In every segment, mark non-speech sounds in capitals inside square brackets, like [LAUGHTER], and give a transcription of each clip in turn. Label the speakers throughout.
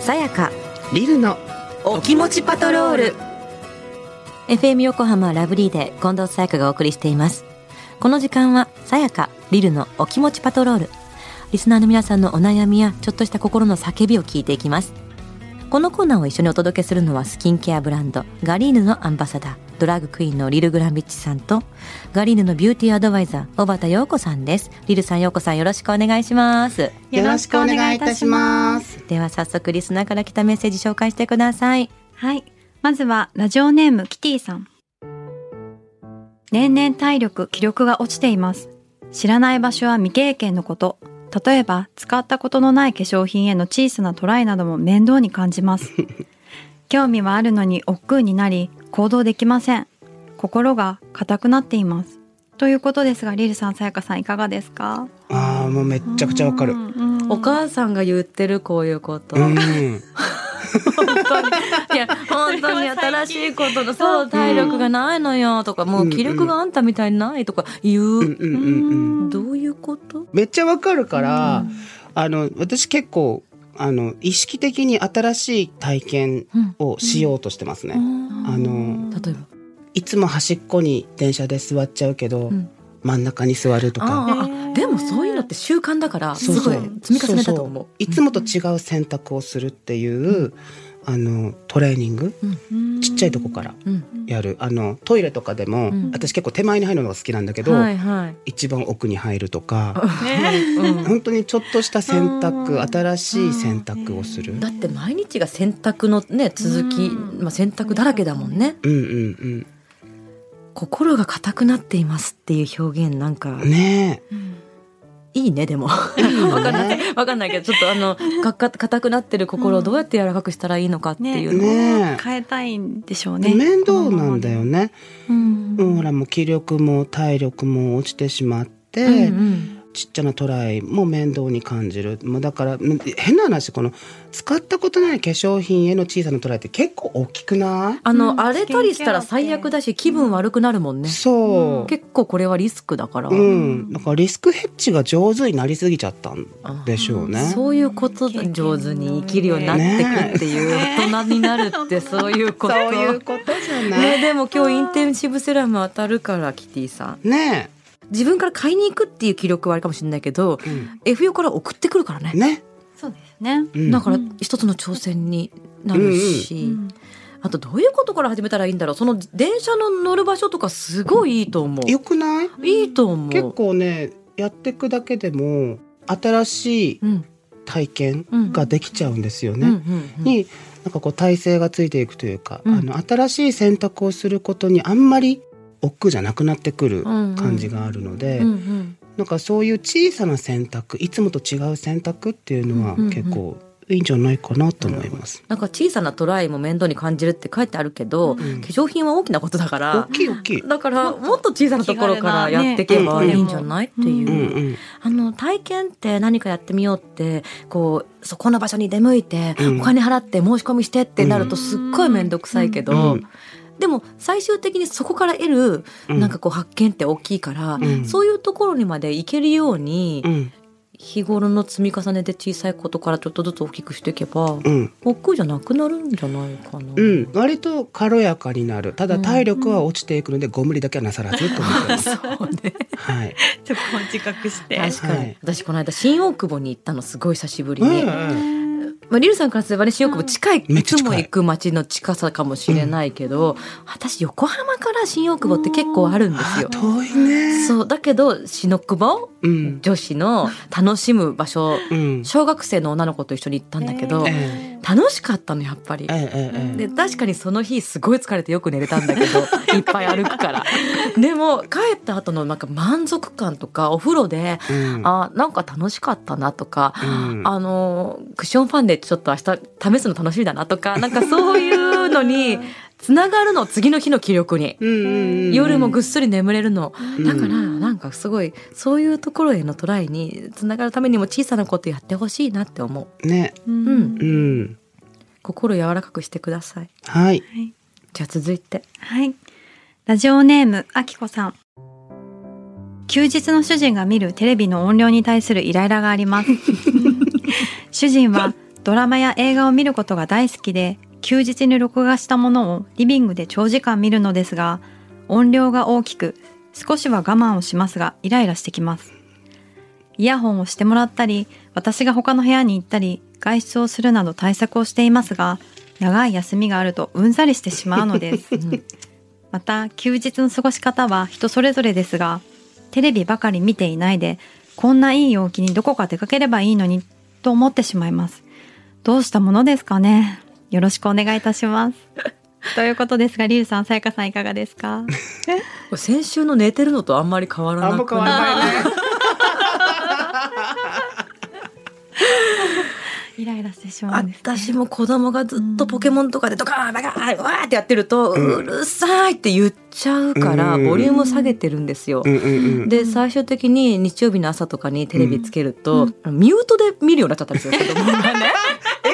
Speaker 1: さやかリルのお気持ちパトロール
Speaker 2: FM 横浜ラブリーで近藤沙耶香がお送りしていますこの時間はさやかリルのお気持ちパトロールリスナーの皆さんのお悩みやちょっとした心の叫びを聞いていきますこのコーナーを一緒にお届けするのはスキンケアブランドガリーヌのアンバサダードラッグクイーンのリル・グランビッチさんとガリーヌのビューティーアドバイザー小畑陽子さんですリルさん陽子さんよろしくお願いします
Speaker 3: よろしくお願いいたします
Speaker 2: では早速リスナーから来たメッセージ紹介してください
Speaker 4: はい。まずは、ラジオネームキティさん。年々体力、気力が落ちています。知らない場所は未経験のこと。例えば、使ったことのない化粧品への小さなトライなども面倒に感
Speaker 3: [LAUGHS]
Speaker 4: じます。興味はあるのに億劫になり、行動できません。心が硬くなっています。ということですが、リルさん、さやかさん、いかがですか
Speaker 3: ああもうめっちゃくちゃわかる
Speaker 4: うんうん
Speaker 1: お母さんが言ってるこういうこと、
Speaker 3: うん
Speaker 1: いや本当に新しいことのそう体力がないのよとかもう気力があんたみたいにないとか言う、
Speaker 3: うんうんうんうん
Speaker 1: どういうこと
Speaker 3: めっちゃわかるから、あの私結構あの意識的に新しい体験をしようとしてますね、あの
Speaker 1: 例えば
Speaker 3: いつも端っこに電車で座っちゃうけど、
Speaker 1: ん
Speaker 3: 真ん中に座るとか
Speaker 1: あーあでもそういうのって習慣だからすごい積み重ねだと
Speaker 3: そ
Speaker 1: 思
Speaker 3: そういつもと違う選択をするっていう、あのトレーニング、ちっちゃいとこから
Speaker 1: うん
Speaker 3: やるあのトイレとかでも、
Speaker 1: ん
Speaker 3: 私結構手前に入るのが好きなんだけど、
Speaker 1: はいはい
Speaker 3: 一番奥に入るとか
Speaker 1: [LAUGHS] うん
Speaker 3: 本当にちょっとした選択新しい選択をする。
Speaker 1: だって毎日が選択のね続き、まあ、選択だらけだもんね
Speaker 3: うんうん
Speaker 1: 心が硬くなっていますっていう表現なんか
Speaker 3: うん、ねえ
Speaker 1: いいねでもわかんないわかんないけどちょっとあのかか硬くなってる心をどうやって柔らかくしたらいいのかっていうの、
Speaker 3: ね
Speaker 4: 変えたいんでしょう
Speaker 3: え、
Speaker 4: ね。
Speaker 3: 面倒なんだよね、
Speaker 4: うん。
Speaker 3: うん、ほらもう気力も体力も落ちてしまって、
Speaker 1: うんうん
Speaker 3: ちっちゃなトライも面倒に感じるもうだからうん変な話この使ったことない化粧品への小さなトライって結構大きくな
Speaker 1: あの、
Speaker 4: うん
Speaker 1: 荒れたりしたら最悪だし気分悪くなるもん
Speaker 3: い、
Speaker 1: ね、
Speaker 3: そう、
Speaker 1: 結構これはリスクだから、
Speaker 3: うん、だからリスクヘッジが上手になりすぎちゃったんでしょうね。
Speaker 1: そういうことで上手に生きるようになってくっていう大人になるってそういうこと。
Speaker 3: そういうことじゃない。
Speaker 1: ね、でも今日インテンシブセラム当たるからキティさん
Speaker 3: ね
Speaker 1: 自分から買いに行くっていう気力はあるかもしれないけど、
Speaker 3: え、うん、
Speaker 1: F 用から送ってくるからね
Speaker 3: ね、
Speaker 4: そうですね。
Speaker 3: うん
Speaker 1: だから一つの挑戦になるし、
Speaker 4: うん
Speaker 1: あとどういうことから始めたらいいんだろうその電車の乗る場所とかすごいいいと思う、
Speaker 3: よくない？
Speaker 1: いいと思う
Speaker 3: 結構ね、やっていくだけでも新しい
Speaker 1: うん
Speaker 3: 体験ができちゃうんですよ
Speaker 1: うんうん
Speaker 3: ね。になんかこう体勢がついていくというか、
Speaker 1: うん
Speaker 3: あの新しい選択をすることにあんまり億劫じゃなくなってくる感じがあるので、
Speaker 1: うんうんうん
Speaker 3: なんかそういう小さな選択いつもと違う選択っていうのは
Speaker 1: うんうんうん
Speaker 3: 結構いいんじゃないかなと思います。
Speaker 1: なんか小さなトライも面倒に感じるって書いてあるけど、
Speaker 3: ん
Speaker 1: 化粧品は大きなことだから
Speaker 3: 大、きい大きい。
Speaker 1: だからもっと小さなところからやっていけばいいんじゃないっていう、
Speaker 3: うんうん、
Speaker 1: あの体験って何かやってみようってこうそこの場所に出向いて、
Speaker 3: うん
Speaker 1: お金払って申し込みしてってなるとすっごい面倒くさいけど、
Speaker 3: うん
Speaker 1: でも最終的にそこから得る
Speaker 3: うん
Speaker 1: なんかこう発見って大きいから、
Speaker 3: ん
Speaker 1: そういうところにまで行けるように、
Speaker 3: うん
Speaker 1: 日頃の積み重ねで小さいことからちょっとずつ大きくしていけば、
Speaker 3: うん
Speaker 1: 億劫じゃなくなるんじゃないかな。
Speaker 3: うん、割と軽やかになるただ体力は落ちていくのでご無理だけはなさらずと思って
Speaker 1: [LAUGHS]
Speaker 3: ます、
Speaker 1: そうね
Speaker 3: はい、
Speaker 4: そこを自覚して
Speaker 1: 確かに、
Speaker 3: [LAUGHS] はい
Speaker 1: 私この間新大久保に行ったのすごい久しぶり
Speaker 3: う
Speaker 1: に、
Speaker 3: ん
Speaker 1: まあ、リルさんからすればね新大久保近い、
Speaker 3: うんめ
Speaker 1: い
Speaker 3: っちゃ
Speaker 1: つ
Speaker 3: 近
Speaker 1: も
Speaker 3: い
Speaker 1: 行く街の近さかもしれないけど、私横浜から新大久保って結構あるんですよ。
Speaker 3: 遠いね
Speaker 1: そうだけど新大久保
Speaker 3: うん
Speaker 1: 女子の楽しむ場所、
Speaker 3: うん
Speaker 1: 小学生の女の子と一緒に行ったんだけど、
Speaker 3: ええ
Speaker 1: 楽しかったのやっぱり。
Speaker 3: えええ
Speaker 1: で
Speaker 3: え
Speaker 1: 確かにその日すごい疲れてよく寝れたんだけど
Speaker 3: [LAUGHS]
Speaker 1: いっぱい歩くからでも帰った後のなんか満足感とかお風呂で
Speaker 3: ええうん
Speaker 1: あなんか楽しかったなとか、
Speaker 3: うん
Speaker 1: あのクッションファンデちょっと明日試すの楽しみだなとかなんかそういうの
Speaker 3: [LAUGHS]
Speaker 1: につながるの次の日の気力に、
Speaker 3: うんうんうん
Speaker 1: 夜もぐっすり眠れるの、
Speaker 3: ん
Speaker 1: だからなんかすごいそういうところへのトライにつながるためにも小さなことやってほしいなって思う
Speaker 3: ね
Speaker 4: うん
Speaker 1: うん
Speaker 3: うん
Speaker 1: 心柔らかくしてください
Speaker 3: はい
Speaker 1: じゃあ続いて
Speaker 4: はい。ラジオネーム、あきこさん。休日の主人が見るテレビの音量に対するイライラがあります。主人はドラマや映画を見ることが大好きで、休日に録画したものをリビングで長時間見るのですが、音量が大きく、少しは我慢をしますが、イライラしてきます。イヤホンをしてもらったり、私が他の部屋に行ったり、外出をするなど対策をしていますが、長い休みがあるとうんざりしてしまうのです。また休日の過ごし方は人それぞれですがテレビばかり見ていないでこんないい陽気にどこか出かければいいのにと思ってしまいますどうしたものですかねよろしくお願いいたします [LAUGHS] ということですがリュウさんさやかさんいかがですか [LAUGHS]
Speaker 1: これ先週の寝てるのとあんまり変わらな
Speaker 3: あ
Speaker 1: く
Speaker 3: ん
Speaker 1: ない
Speaker 3: ま変わらないね。
Speaker 4: イライラしてしまうんです
Speaker 1: 私も子供がずっとポケモンとかでドカーンバカーンうわーってやってると、うるさいって言っちゃうから、
Speaker 3: うん
Speaker 1: ボリューム下げてるんですよ。
Speaker 3: うんうんうん。
Speaker 1: で最終的に日曜日の朝とかにテレビつけると、ミュートで見るようになっちゃったんですよ子供がね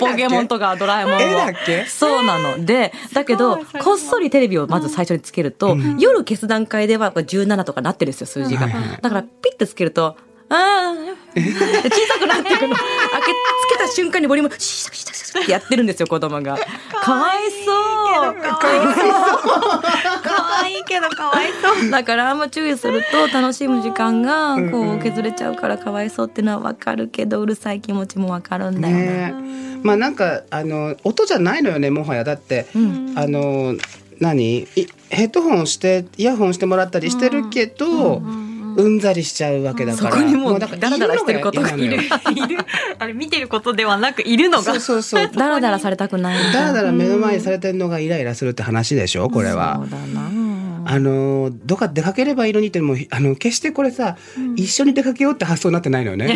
Speaker 1: ポケモンとかドラえもんを
Speaker 3: 絵だっけ？
Speaker 1: そうなので、だけど
Speaker 4: すごいそれは
Speaker 1: こっそりテレビをまず最初につけると、
Speaker 3: うん
Speaker 1: 夜消す段階ではこれ17とかなってるんですよ数字が、
Speaker 3: はいはい
Speaker 1: だからピッてつけるとあーで小さくなってくの開けつけた瞬間にボリュームシャシャシャシャシャってやってるんですよ子供がかわいそう
Speaker 4: 可愛いけど可愛そう
Speaker 1: だからあんま注意すると楽しむ時間が
Speaker 3: う
Speaker 1: こ
Speaker 3: ん
Speaker 1: う削れちゃうからかわいそうっていうのはわかるけどうるさい気持ちもわかるんだよね
Speaker 3: ねえまあなんかあの音じゃないのよねもはやだって、あの何いヘッドホンしてイヤホンしてもらったりしてるけど、うんざりしちゃうわけだ
Speaker 1: そ
Speaker 3: から、
Speaker 1: こにもう
Speaker 3: だ
Speaker 1: ダ
Speaker 3: から
Speaker 1: ラダラしてることがい
Speaker 3: い
Speaker 1: る
Speaker 3: のよ
Speaker 4: いるあれ見てることではなくいるの
Speaker 3: そうそ
Speaker 1: [LAUGHS]
Speaker 3: うそう
Speaker 1: ダラダラされたくない
Speaker 3: だらだら目の前にされてるのがイライラするって話でしょこれは。
Speaker 1: そうだな
Speaker 3: あのどっか出かければいいのにってのもあの決してこれさ、一緒に出かけようって発想になってないのよね。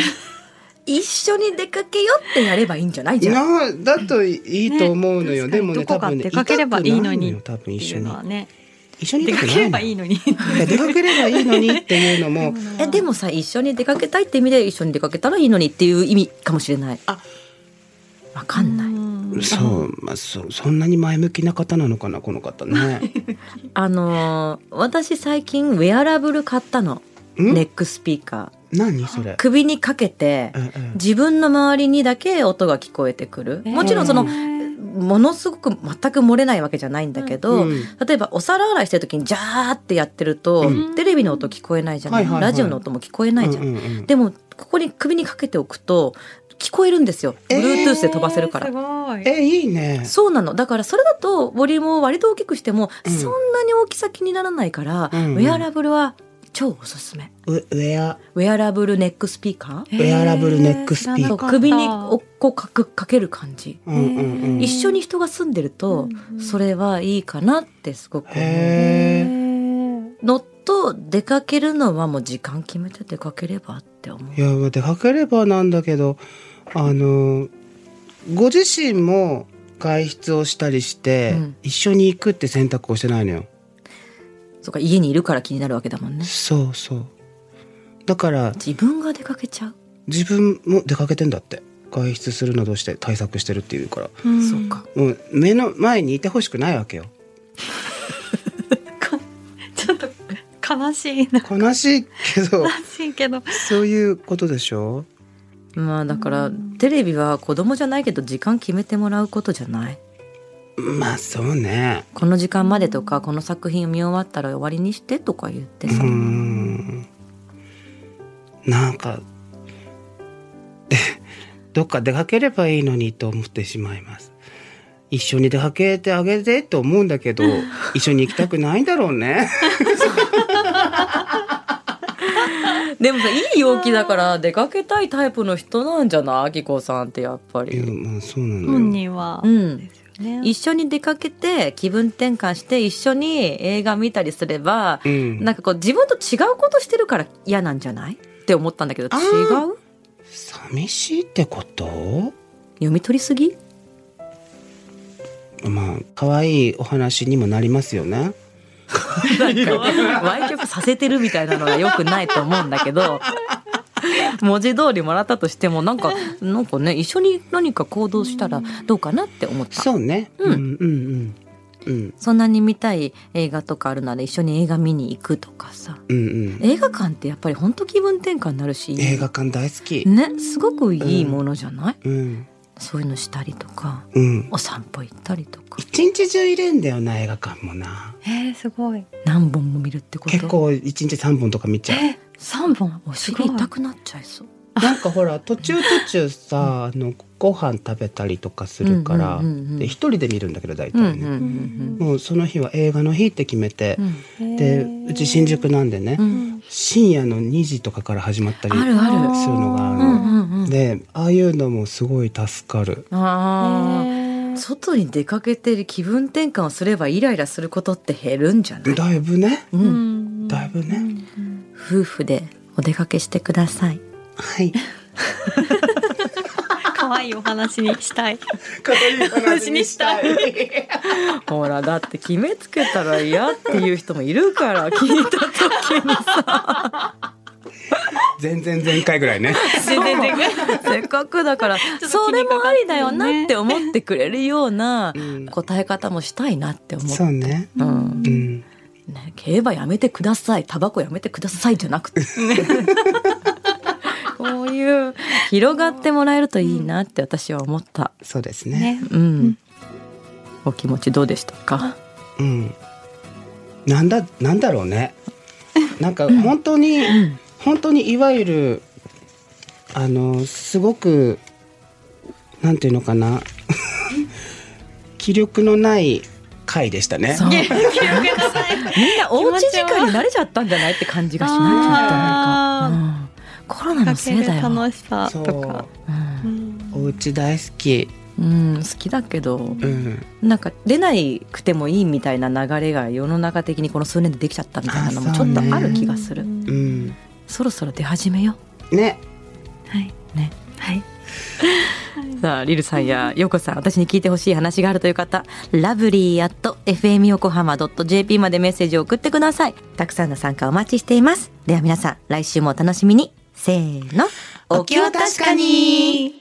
Speaker 1: 一緒に出かけよってやればいいんじゃないじゃん。
Speaker 3: なだといいいいと思うのよ、
Speaker 4: ね
Speaker 3: でもね
Speaker 4: 確か
Speaker 3: 多分
Speaker 4: に
Speaker 3: ね
Speaker 4: どこか出かければいいのに
Speaker 3: 痛くないよ多分
Speaker 4: 一
Speaker 3: 一
Speaker 4: 緒
Speaker 3: 緒に
Speaker 4: はね
Speaker 3: 一緒に
Speaker 4: 出かければいい
Speaker 3: の
Speaker 4: のに
Speaker 3: いや [LAUGHS] 出かければいいのにっていうのも
Speaker 1: えでもさ一緒に出かけたいって意味で一緒に出かけたらいいのにっていう意味かもしれない。
Speaker 3: あ
Speaker 1: わかんない。
Speaker 3: そう、まあ、そそんなに前向きな方なのかなこの方ね。 [LAUGHS]
Speaker 1: あのー私最近ウェアラブル買ったの。
Speaker 3: ん
Speaker 1: ネックスピーカ
Speaker 3: 何そ
Speaker 1: ー
Speaker 3: れ、
Speaker 1: 首にかけて
Speaker 3: うんうん
Speaker 1: 自分の周りにだけ音が聞こえてくる。もちろんそのものすごく全く漏れないわけじゃないんだけど、
Speaker 3: うん
Speaker 1: 例えばお皿洗いしてる時にジャーってやってると、
Speaker 3: う
Speaker 1: テレビの音聞こえないじゃない,、
Speaker 3: はいはいは
Speaker 1: ラ
Speaker 3: い
Speaker 1: ジオの音も聞こえないじゃん。
Speaker 3: うんうんうん
Speaker 1: でもここに首にかけておくと聞こえるんですよ。
Speaker 3: えー
Speaker 1: Bluetooth で飛ばせるから。
Speaker 4: すごい
Speaker 3: えいいね。
Speaker 1: そうなのだからそれだとボリュームを割と大きくしても、
Speaker 3: うん
Speaker 1: そんなに大きさ気にならないから、
Speaker 3: うんうん
Speaker 1: ウェアラブルは超おすすめ
Speaker 3: ウウェア
Speaker 1: ウェアラブルネックスピーカー
Speaker 3: ウェアラブルネックスピーカー
Speaker 1: そう首におこうかくかける感じ、
Speaker 3: うんうんうん。
Speaker 1: 一緒に人が住んでると、それはいいかなってすごく思う
Speaker 3: へえ。
Speaker 1: のと出かけるのはもう時間決めて出かければって思う
Speaker 3: いやまあ出かければなんだけどあのご自身も外出をしたりして、
Speaker 1: うん
Speaker 3: 一緒に行くって選択をしてないのよ。
Speaker 1: そうか家にいるから気になるわけだもんね
Speaker 3: そうそう。だから
Speaker 1: 自分が出かけちゃう
Speaker 3: 自分も出かけてんだって外出するなどして対策してるっていうから
Speaker 1: そうか
Speaker 3: もう目の前にいてほしくないわけよ。
Speaker 4: ちょっと悲しいな
Speaker 3: 悲しいけど
Speaker 4: 悲しいけど
Speaker 3: そういうことでしょ
Speaker 1: まあだからテレビは子供じゃないけど時間決めてもらうことじゃない
Speaker 3: まあそうね。
Speaker 1: この時間までとかこの作品を見終わったら終わりにしてとか言って
Speaker 3: う
Speaker 1: さ、
Speaker 3: ーんなんかでどっか出かければいいのにと思ってしまいます一緒に出かけてあげてと思うんだけど一緒に行きたくないんだろうね
Speaker 1: でもさいい陽気だから出かけたいタイプの人なんじゃないあきこさんってやっぱ
Speaker 3: いや
Speaker 1: り。
Speaker 3: まあそうなの
Speaker 4: 本
Speaker 3: よ
Speaker 4: 人は、
Speaker 1: うん、
Speaker 4: ね
Speaker 1: 一緒に出かけて気分転換して一緒に映画見たりすれば、
Speaker 3: うん
Speaker 1: なんかこう自分と違うことしてるから嫌なんじゃないって思ったんだけど
Speaker 3: あ
Speaker 1: 違
Speaker 3: ー
Speaker 1: う
Speaker 3: 寂しいってこと
Speaker 1: 読み取りす
Speaker 3: [LAUGHS]
Speaker 1: ぎ
Speaker 3: まあ可愛いお話にもなりますよね
Speaker 1: なんか歪曲させてるみたいなのが良くないと思うんだけ
Speaker 3: [LAUGHS]
Speaker 1: ど文字通りもらったとしてもなんかなんかね一緒に何か行動したらどうかなって思った
Speaker 3: そうねうんうんうんうん
Speaker 1: そんなに見たい映画とかあるなら一緒に映画見に行くとかさ
Speaker 3: うんうん
Speaker 1: 映画館ってやっぱり本当気分転換になるし
Speaker 3: 映画館大好き
Speaker 1: ねすごくいいものじゃない、
Speaker 3: うん
Speaker 1: そういうのしたりとか
Speaker 3: うん
Speaker 1: お散歩行ったりとか
Speaker 3: 一日中いれんだよな映画館もな
Speaker 4: えー、すごい。
Speaker 1: 何本も見るってこと
Speaker 3: 結構一日3本とか見ちゃう
Speaker 4: え、三本。
Speaker 1: お
Speaker 4: す
Speaker 1: 尻
Speaker 4: ごい
Speaker 1: 痛くなっちゃいそう
Speaker 3: なんかほら途中途中さ、あのご飯食べたりとかするから、
Speaker 1: うんうんうんうん
Speaker 3: で一人で見るんだけど大体
Speaker 1: うんうん
Speaker 3: ね、
Speaker 1: うん
Speaker 3: もうその日は映画の日って決めて
Speaker 1: う、ん
Speaker 3: でうち新宿なんでね、
Speaker 1: う
Speaker 4: うんん。
Speaker 3: 深夜の2時とかから始まったり
Speaker 1: あるある
Speaker 3: するのがあ
Speaker 1: う
Speaker 3: る
Speaker 1: ん
Speaker 3: の
Speaker 1: うんうん
Speaker 3: でああいうのもすごい助かる
Speaker 1: あー
Speaker 4: えー
Speaker 1: 外に出かけて気分転換をすればイライラすることって減るんじゃない
Speaker 3: だいぶね
Speaker 1: う
Speaker 4: うんん
Speaker 3: だいぶね
Speaker 4: うん
Speaker 2: 夫婦でお出かけしてください
Speaker 3: はい
Speaker 4: 可愛いお話にしたい。
Speaker 3: 可愛い
Speaker 4: 話にした
Speaker 3: い
Speaker 1: ほらだって決めつけたら嫌っていう人もいる [LAUGHS] から聞いた時に
Speaker 3: 全然前回ぐらいね
Speaker 4: 全然全然。
Speaker 1: せっかくだからそれもありだよなって思ってくれるような
Speaker 3: うん
Speaker 1: 答え方もしたいなって思
Speaker 3: そうね
Speaker 1: う、うん
Speaker 3: うん
Speaker 1: ね、競馬やめてくださいタバコやめてくださいじゃなく
Speaker 3: [LAUGHS]
Speaker 1: てこういう広がってもらえるといいなって私は思った、
Speaker 3: そうですね [LAUGHS]
Speaker 4: ね。
Speaker 1: うんお気持ちどうでしたか
Speaker 3: うんなんだなんだろうねなんか本当に、本当にいわゆるあのすごくなんていうのかな気力のない回でしたね
Speaker 1: そうみんな
Speaker 4: 記憶がない。
Speaker 1: おうち時間に慣れちゃったんじゃないって感じがしないちょっとなんか、うん、コロナのせいだよ、
Speaker 4: 楽しさ
Speaker 3: そ
Speaker 4: とか。
Speaker 3: う
Speaker 1: うん
Speaker 3: お家大好き
Speaker 1: うん、好きだけど
Speaker 3: うん
Speaker 1: なんか出ないくてもいいみたいな流れが世の中的にこの数年でできちゃったみたいなのも
Speaker 3: あ
Speaker 1: ち
Speaker 3: そ
Speaker 1: ょ
Speaker 3: う
Speaker 1: っ
Speaker 3: ね
Speaker 1: とある気がする、
Speaker 3: う。ん
Speaker 1: そろそろ出始めよ
Speaker 3: ね
Speaker 4: はい。
Speaker 1: ね。
Speaker 4: はい。
Speaker 1: うさあリルさんやヨコさん私に聞いてほしい話があるという方ラブリー at fm 横浜 .jp までメッセージを送ってください
Speaker 2: たくさんの参加お待ちしていますでは皆さん来週もお楽しみにせーの
Speaker 1: お気を確かに